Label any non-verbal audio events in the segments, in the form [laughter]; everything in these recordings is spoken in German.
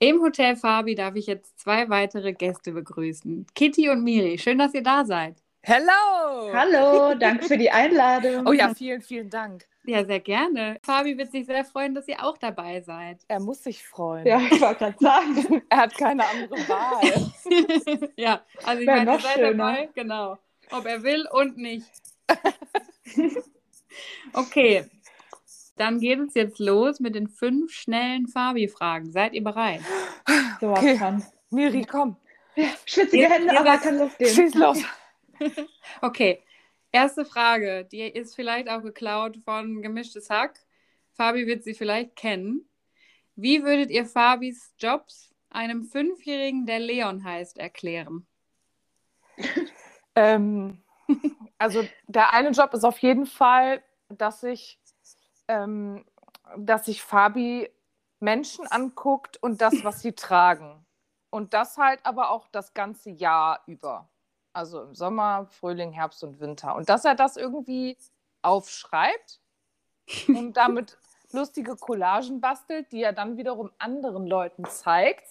Im Hotel Fabi darf ich jetzt zwei weitere Gäste begrüßen. Kitty und Miri, schön, dass ihr da seid. Hello! Hallo, danke für die Einladung. Oh ja, vielen, vielen Dank. Ja, sehr gerne. Fabi wird sich sehr freuen, dass ihr auch dabei [laughs] seid. Er muss sich freuen. Ja, ich wollte gerade sagen. Er hat keine andere [laughs] Wahl. ja, also ich Wär meine, ihr noch seid schöner. dabei, genau. Ob er will und nicht. okay, dann geht es jetzt los mit den fünf schnellen Fabi-Fragen. Seid ihr bereit? So was Okay. von. Miri, komm, Schwitzige Ihr- Hände, ihr aber sagt- kann losgehen. schieß los. Okay, erste Frage. Die ist vielleicht auch geklaut von Gemischtes Hack. Fabi wird sie vielleicht kennen. Wie würdet ihr Fabis Jobs einem Fünfjährigen, der Leon heißt, erklären? Ähm, [laughs] also der eine Job ist auf jeden Fall, dass ich, ähm, dass sich Fabi Menschen anguckt und das, was sie tragen. Und das halt aber auch das ganze Jahr über. Also im Sommer, Frühling, Herbst und Winter. Und dass er das irgendwie aufschreibt und damit lustige Collagen bastelt, die er dann wiederum anderen Leuten zeigt.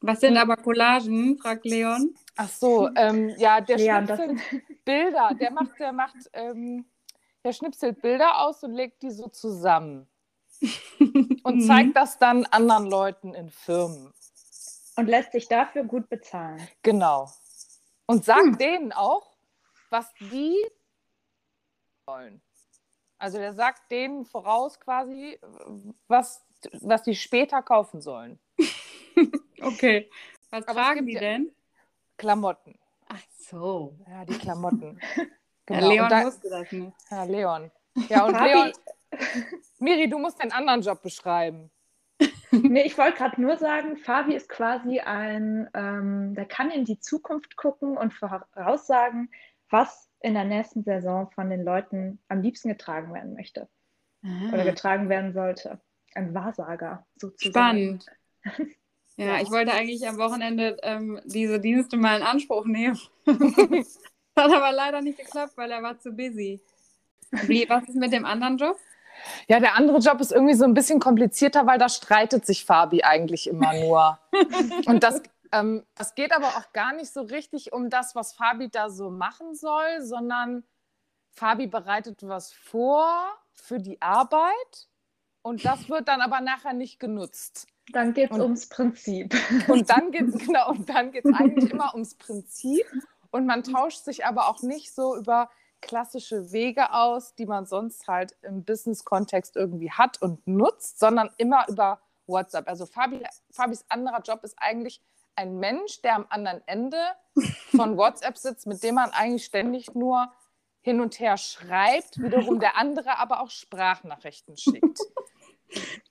Was Äh, sind aber Collagen? fragt Leon. Ach so, ähm, ja, der Leon, das schnipselt Bilder. Der macht, der macht, ähm, der schnipselt Bilder aus und legt die so zusammen und Mhm. zeigt das dann anderen Leuten in Firmen. Und lässt sich dafür [laughs] gut bezahlen. Genau. Und sagt Hm. denen auch, was die wollen. Also der sagt denen voraus quasi, was, was die später kaufen sollen. Okay. Was Aber es tragen gibt die ja- denn? Klamotten. Ach so. Ja, die Klamotten. [laughs] Ja, Genau. Und Leon da- wusste das nicht. Ja, Leon. Ja, und Fabi- Leon. Miri, du musst den anderen Job beschreiben. Nee, ich wollte gerade nur sagen, Fabi ist quasi ein, ähm, der kann in die Zukunft gucken und voraussagen, was in der nächsten Saison von den Leuten am liebsten getragen werden möchte Hm. oder Ah, getragen werden sollte. Ein Wahrsager sozusagen. spannend. [laughs] Ja, Ja. ich wollte eigentlich am Wochenende ähm, diese Dienste mal in Anspruch nehmen. [laughs] Hat aber leider nicht geklappt, weil er war zu busy. [laughs] Wie, was ist mit dem anderen Job? Ja, der andere Job ist irgendwie so ein bisschen komplizierter, weil da streitet sich Fabi eigentlich immer nur. und das, ähm, das geht aber auch gar nicht so richtig um das, was Fabi da so machen soll, sondern Fabi bereitet was vor für die Arbeit und das wird dann aber nachher nicht genutzt. Dann geht es Und- ums Prinzip. Und dann geht es [laughs] genau, und dann geht's eigentlich immer ums Prinzip. Und man tauscht sich aber auch nicht so über klassische Wege aus, die man sonst halt im Business-Kontext irgendwie hat und nutzt, sondern immer über WhatsApp. Also Fabi, Fabis anderer Job ist eigentlich ein Mensch, der am anderen Ende von WhatsApp sitzt, mit dem man eigentlich ständig nur hin und her schreibt, wiederum der andere aber auch Sprachnachrichten schickt.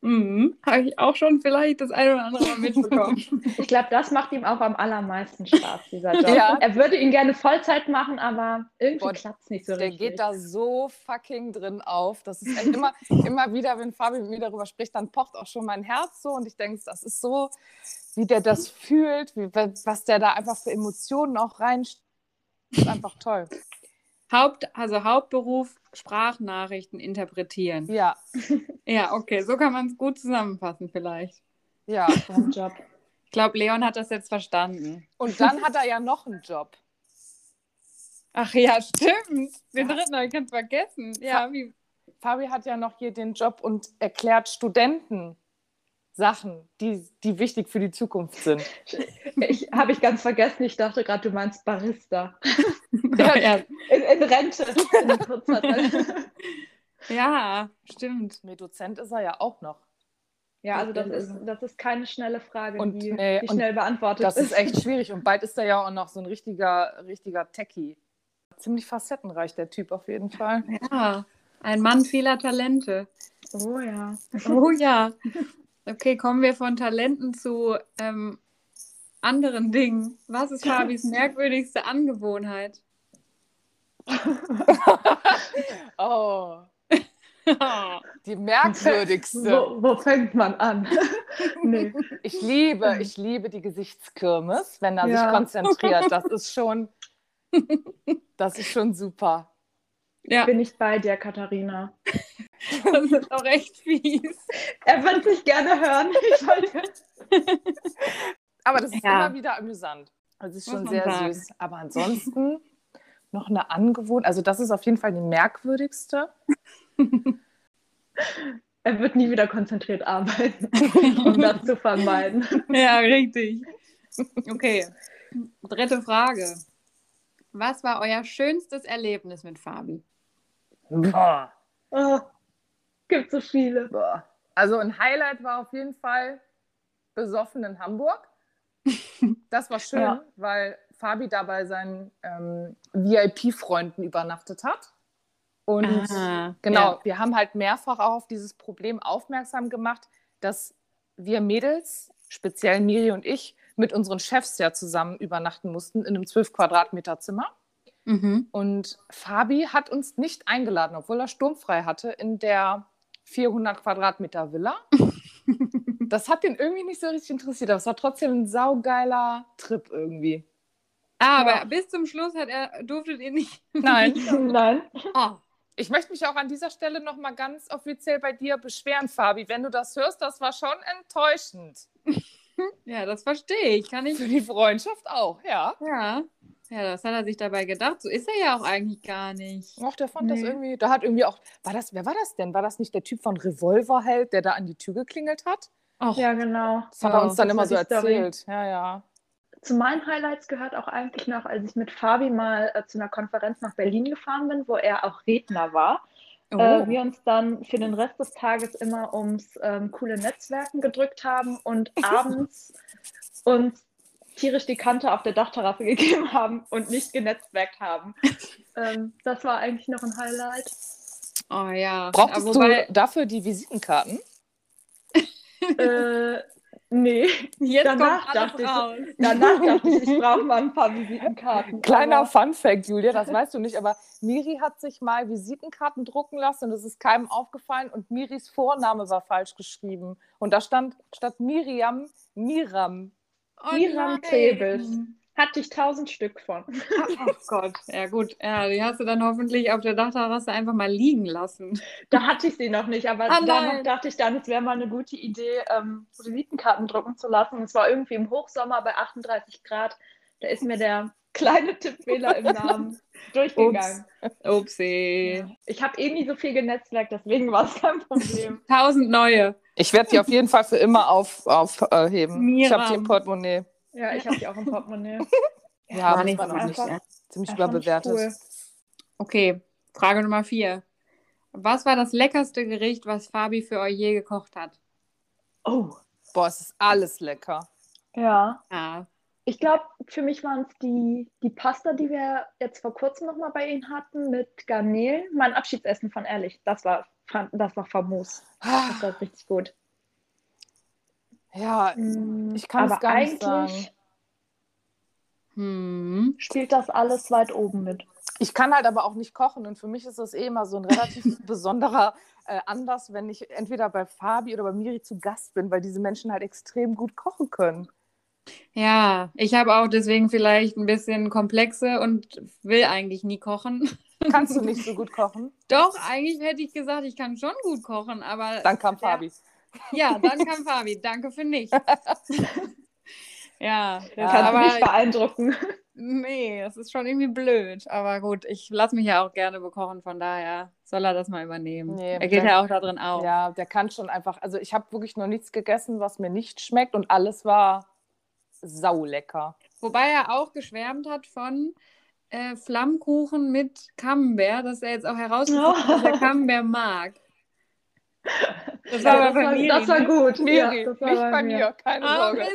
Mhm. Habe ich auch schon vielleicht das eine oder andere Mal [laughs] mitbekommen. Ich glaube, das macht ihm auch am allermeisten Spaß, [laughs] dieser Job. Ja. Er würde ihn gerne Vollzeit machen, aber irgendwie Boah, klappt es nicht so Der richtig. geht da so fucking drin auf. Das ist echt immer, immer wieder, wenn Fabi mit mir darüber spricht, dann pocht auch schon mein Herz so und ich denke, das ist so, wie der das fühlt, wie, was der da einfach für Emotionen auch reinsteckt. Ist einfach toll. Haupt, also Hauptberuf Sprachnachrichten interpretieren. Ja, Ja, okay, so kann man es gut zusammenfassen vielleicht. ja. Vom Job. Ich glaube, Leon hat das jetzt verstanden. Und dann hat er ja noch einen Job. Ach ja, stimmt. Den dritten habe ich ganz vergessen. Ja, wie, Fabi hat ja noch hier den Job und erklärt Studenten Sachen, die, die wichtig für die Zukunft sind. Ich, Habe ich ganz vergessen. Ich dachte gerade, du meinst Barista. ja, [laughs] ja. In, [laughs] in Rente. In kurzer Zeit. ja, stimmt. Mit Dozent ist er ja auch noch. ja, also das ist, das ist keine schnelle Frage, Und die, nee, die und schnell beantwortet Das ist echt schwierig. Und bald ist er ja auch noch so ein richtiger, richtiger Techie. Ziemlich facettenreich, der Typ auf jeden Fall. Ja, ein Mann vieler [laughs] Talente. Oh ja. Oh ja. Okay, kommen wir von Talenten zu ähm, anderen Dingen. Was ist [laughs] Fabis merkwürdigste Angewohnheit? Oh, Ja, [laughs] die merkwürdigste. Wo, wo fängt man an? [laughs] nee. Ich liebe, ich liebe die Gesichtskirmes, wenn er Ja. sich konzentriert. [laughs] Das ist schon, das ist schon super. Bin ich bei dir, Katharina. das ist auch echt fies. [laughs] Er wird sich gerne hören. Ich wollte Aber das ist Ja. immer wieder amüsant. Das ist Muss schon man sehr sagen. süß. Aber ansonsten noch eine Angewohnheit. Also, das ist auf jeden Fall die merkwürdigste. Er wird nie wieder konzentriert arbeiten, um das zu vermeiden. Ja, richtig. Okay. Dritte Frage. Was war euer schönstes Erlebnis mit Fabi? Boah. Oh, gibt so viele. Boah. Also, ein Highlight war auf jeden Fall besoffen in Hamburg. Das war schön, Ja. weil Fabi da bei seinen ähm, VIP-Freunden übernachtet hat. Und. Ah, Genau, wir haben halt mehrfach auch auf dieses Problem aufmerksam gemacht, dass wir Mädels, speziell Miri und ich, mit unseren Chefs ja zusammen übernachten mussten in einem 12 Quadratmeter Zimmer. Mhm. Und Fabi hat uns nicht eingeladen, obwohl er sturmfrei hatte in der 400 Quadratmeter [laughs] Villa. Das hat den irgendwie nicht so richtig interessiert, aber es war trotzdem ein saugeiler Trip irgendwie. Ah, Aber Ja. bis zum Schluss hat er, durftet ihr nicht. [laughs] Nein. Nein. Oh, Ich möchte mich auch an dieser Stelle nochmal ganz offiziell bei dir beschweren, Fabi. Wenn du das hörst, das war schon enttäuschend. ja, das verstehe ich. Kann ich. Für die Freundschaft auch, ja. Ja. Ja, das hat er sich dabei gedacht. So ist er ja auch eigentlich gar nicht. Ach, der fand das Nee. irgendwie, da hat irgendwie auch, war das, wer war das denn? War das nicht der Typ von Revolverheld, der da an die Tür geklingelt hat? Och, Ja, genau. Das hat er Ja, uns dann das immer war so die Story. erzählt. Ja, ja. Zu meinen Highlights gehört auch eigentlich noch, als ich mit Fabi mal äh, zu einer Konferenz nach Berlin gefahren bin, wo er auch Redner war. oh. äh, wir uns dann für den Rest des Tages immer ums ähm, coole Netzwerken gedrückt haben und abends uns tierisch die Kante auf der Dachterrasse [laughs] gegeben haben und nicht genetzwerkt haben. ähm, das war eigentlich noch ein Highlight. oh ja. Brauchtest Aber wobei, du dafür die Visitenkarten? äh, nee, jetzt danach kommt alles dachte ich- raus. danach dachte ich, ich brauche mal ein paar Visitenkarten. Kleiner aber- Funfact, Julia, [laughs] das weißt du nicht, aber Miri hat sich mal Visitenkarten drucken lassen und es ist keinem aufgefallen und Miris Vorname war falsch geschrieben. Und da stand statt Miriam Miram. Oh Miriam nein. Krebels. Hatte ich tausend Stück von. Oh Gott, ja gut. Ja, die hast du dann hoffentlich auf der Dachterrasse einfach mal liegen lassen. Da hatte ich sie noch nicht, aber Ah, danach nein. dachte ich dann, es wäre mal eine gute Idee, ähm, Visitenkarten drucken zu lassen. Es war irgendwie im Hochsommer bei 38 Grad. Da ist mir der kleine Tippfehler im Namen durchgegangen. Upsi. Ich habe eh nie so viel genetzwerkt, deswegen war es kein Problem. [laughs] Tausend neue. Ich werde die auf jeden Fall für immer aufheben. Auf, äh, heben. ich habe die Miram. im Portemonnaie. Ja, ich habe die auch im Portemonnaie. Ja, aber nicht das war noch so nicht einfach- äh, ziemlich einfach nicht überbewertet. cool. Okay, Frage Nummer vier. Was war das leckerste Gericht, was Fabi für euch je gekocht hat? Oh, Boah, es ist alles lecker. ja. Ah, Ich glaube, für mich waren es die, die Pasta, die wir jetzt vor kurzem nochmal bei Ihnen hatten, mit Garnelen. Mein Abschiedsessen von Ehrlich, das war, fand- das war famos. Das war richtig gut. Ah, Mm, Ja, Ich kann's Aber gar nicht eigentlich sagen. hm. spielt das alles weit oben mit. ich kann halt aber auch nicht kochen und für mich ist das eh immer so ein relativ besonderer äh, Anlass, wenn ich entweder bei Fabi oder bei Miri zu Gast bin, weil diese Menschen halt extrem gut kochen können. Ja, ich habe auch deswegen vielleicht ein bisschen komplexe und will eigentlich nie kochen. [laughs] Kannst du nicht so gut kochen? Doch, eigentlich hätte ich gesagt, ich kann schon gut kochen, aber Dann kam Fabi. ja, dann [laughs] kam Fabi. Danke für nichts. ja, Ja, Kannst aber du mich beeindrucken. Nee, das ist schon irgendwie blöd. Aber gut, ich lasse mich ja auch gerne bekochen, von daher soll er das mal übernehmen. Nee, er geht der- ja auch da drin auf. Ja, der kann schon einfach. Also ich habe wirklich noch nichts gegessen, was mir nicht schmeckt und alles war saulecker. Wobei er auch geschwärmt hat von äh, Flammkuchen mit Camembert, dass er jetzt auch herausgefunden hat, [laughs] dass er Camembert mag. Das war Ja, aber bei war- mir. das war gut. Miri, Ja, nicht das war bei mir, keine Ah, Sorge.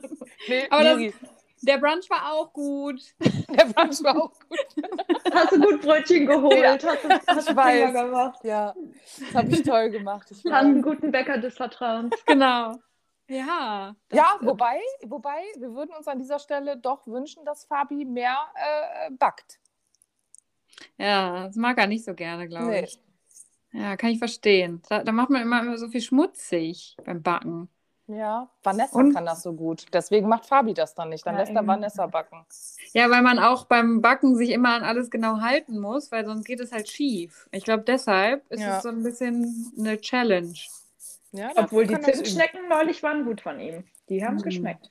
Mist. Nee, Aber das- Miri, Der Brunch war auch gut. [laughs] der Brunch war auch gut. Hast du gut Brötchen geholt, Ja, hast du hast du weiß. prima gemacht. Ja, das habe ich toll gemacht. Ich Hast war- einen guten Bäcker des Vertrauens. Genau. Ja. ja, wobei, wobei, wir würden uns an dieser Stelle doch wünschen, dass Fabi mehr äh, backt. Ja, das mag er nicht so gerne, glaube Nee. ich. Ja, kann ich verstehen. Da, da macht man immer, immer so viel schmutzig beim Backen. Ja, Vanessa Und- kann das so gut. Deswegen macht Fabi das dann nicht. Dann Ja, lässt er eben. Vanessa backen. Ja, weil man auch beim Backen sich immer an alles genau halten muss, weil sonst geht es halt schief. Ich glaube, deshalb ist Ja. es so ein bisschen eine Challenge. Ja, das Obwool die kann das Zimtschnecken neulich waren gut von ihm. Die haben geschmeckt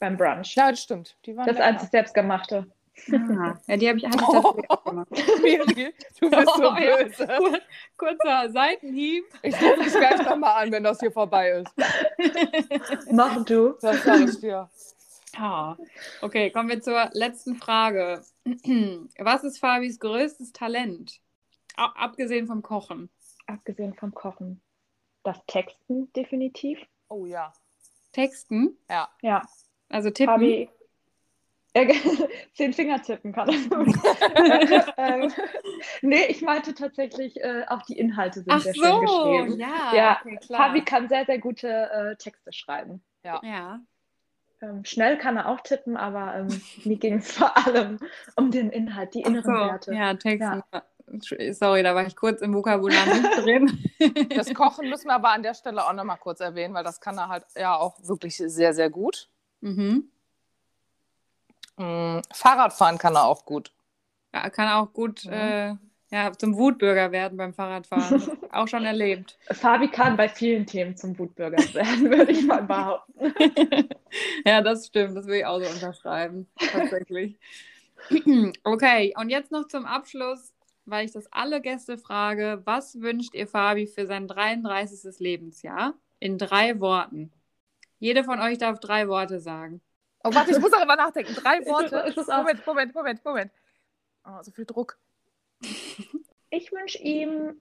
beim Brunch. üben. Ja, das stimmt. [laughs] Die waren Das lecker. einzig selbstgemachte. Ah, ja, die habe ich eigentlich tatsächlich [laughs] auch gemacht. Miri, [laughs] du bist so Oh, ja. böse. Kur- Kurzer Seitenhieb. Ich rufe dich gleich nochmal an, wenn das hier vorbei ist. Mach du. Das sag ich dir. Ah. Okay, kommen wir zur letzten Frage. [clears throat] Was ist Fabis größtes Talent? A- Abgesehen vom Kochen. Abgesehen vom Kochen. Das Texten definitiv. Oh ja. Texten, Ja. Ja, also tippen. Fabi. Äh, [laughs] Zehn Finger tippen [laughs] kann er. ähm, nee, ich meinte tatsächlich, äh, auch die Inhalte sind Ach sehr schön so, geschrieben. ja, Ja, okay, klar. Fabi kann sehr, sehr gute äh, Texte schreiben. ja. Ähm, schnell kann er auch tippen, aber [laughs] ähm, mir ging es vor allem um den Inhalt, die inneren Ach so, Werte. ja, Texten. Sorry, da war ich kurz im Vokabular nicht drin. Das Kochen müssen wir aber an der Stelle auch nochmal kurz erwähnen, weil das kann er halt ja auch wirklich sehr, sehr gut. [laughs] mhm. Mm, Fahrradfahren kann er auch gut. ja, kann auch gut äh, ja, zum Wutbürger werden beim Fahrradfahren. [laughs] Das hab ich auch schon erlebt. Fabi kann bei vielen Themen zum Wutbürger werden, [laughs] würde ich mal behaupten. ja, das stimmt. Das will ich auch so unterschreiben. Tatsächlich. [clears throat] okay, und jetzt noch zum Abschluss, weil ich das alle Gäste frage: Was wünscht ihr Fabi für sein 33. Lebensjahr? In drei Worten. Jede von euch darf drei Worte sagen. Oh, warte, ich muss darüber nachdenken. Drei Ist Worte. das- ist das auch- Moment, Moment, Moment, Moment. Oh, so viel Druck. Ich wünsche ihm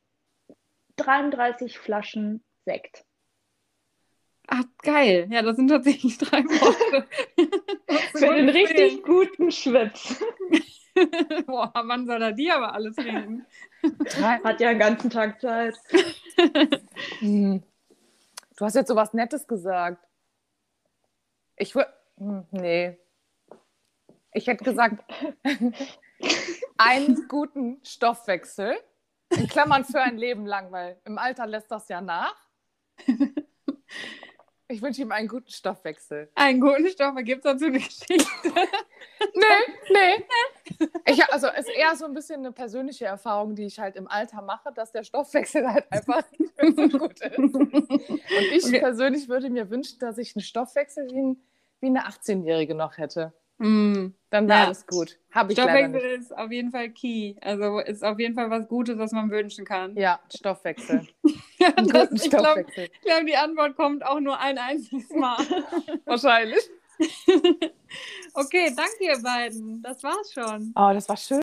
33 Flaschen Sekt. Ach, geil. Ja, das sind tatsächlich [laughs] drei Worte. Für den richtig guten Schwips. [laughs] Boah, wann soll er die aber alles trinken? Drei. Hat ja den ganzen Tag Zeit. Hm. Du hast jetzt sowas Nettes gesagt. Ich würde. Nee. Ich hätte [laughs] gesagt, einen guten Stoffwechsel. In Klammern für ein Leben lang, weil im Alter lässt das ja nach. Ich wünsche ihm einen guten Stoffwechsel. Einen guten Stoff, gibt es dazu eine [laughs] Geschichte? Nee, nee. [laughs] Ich, also es ist eher so ein bisschen eine persönliche Erfahrung, die ich halt im Alter mache, dass der Stoffwechsel [laughs] halt einfach nicht mehr so gut ist. Und ich Okay. persönlich würde mir wünschen, dass ich einen Stoffwechsel wie, ein, wie eine 18-Jährige noch hätte. Mm. Dann wäre Ja. alles gut. Habe ich leider nicht. Stoffwechsel ist auf jeden Fall key. Also ist auf jeden Fall was Gutes, was man wünschen kann. Ja, Stoffwechsel. [laughs] Einen das, guten ich glaube, Stoffwechsel. glaub, die Antwort kommt auch nur ein einziges Mal. [laughs] Wahrscheinlich. okay, danke ihr beiden. Das war's schon. Oh, das war schön.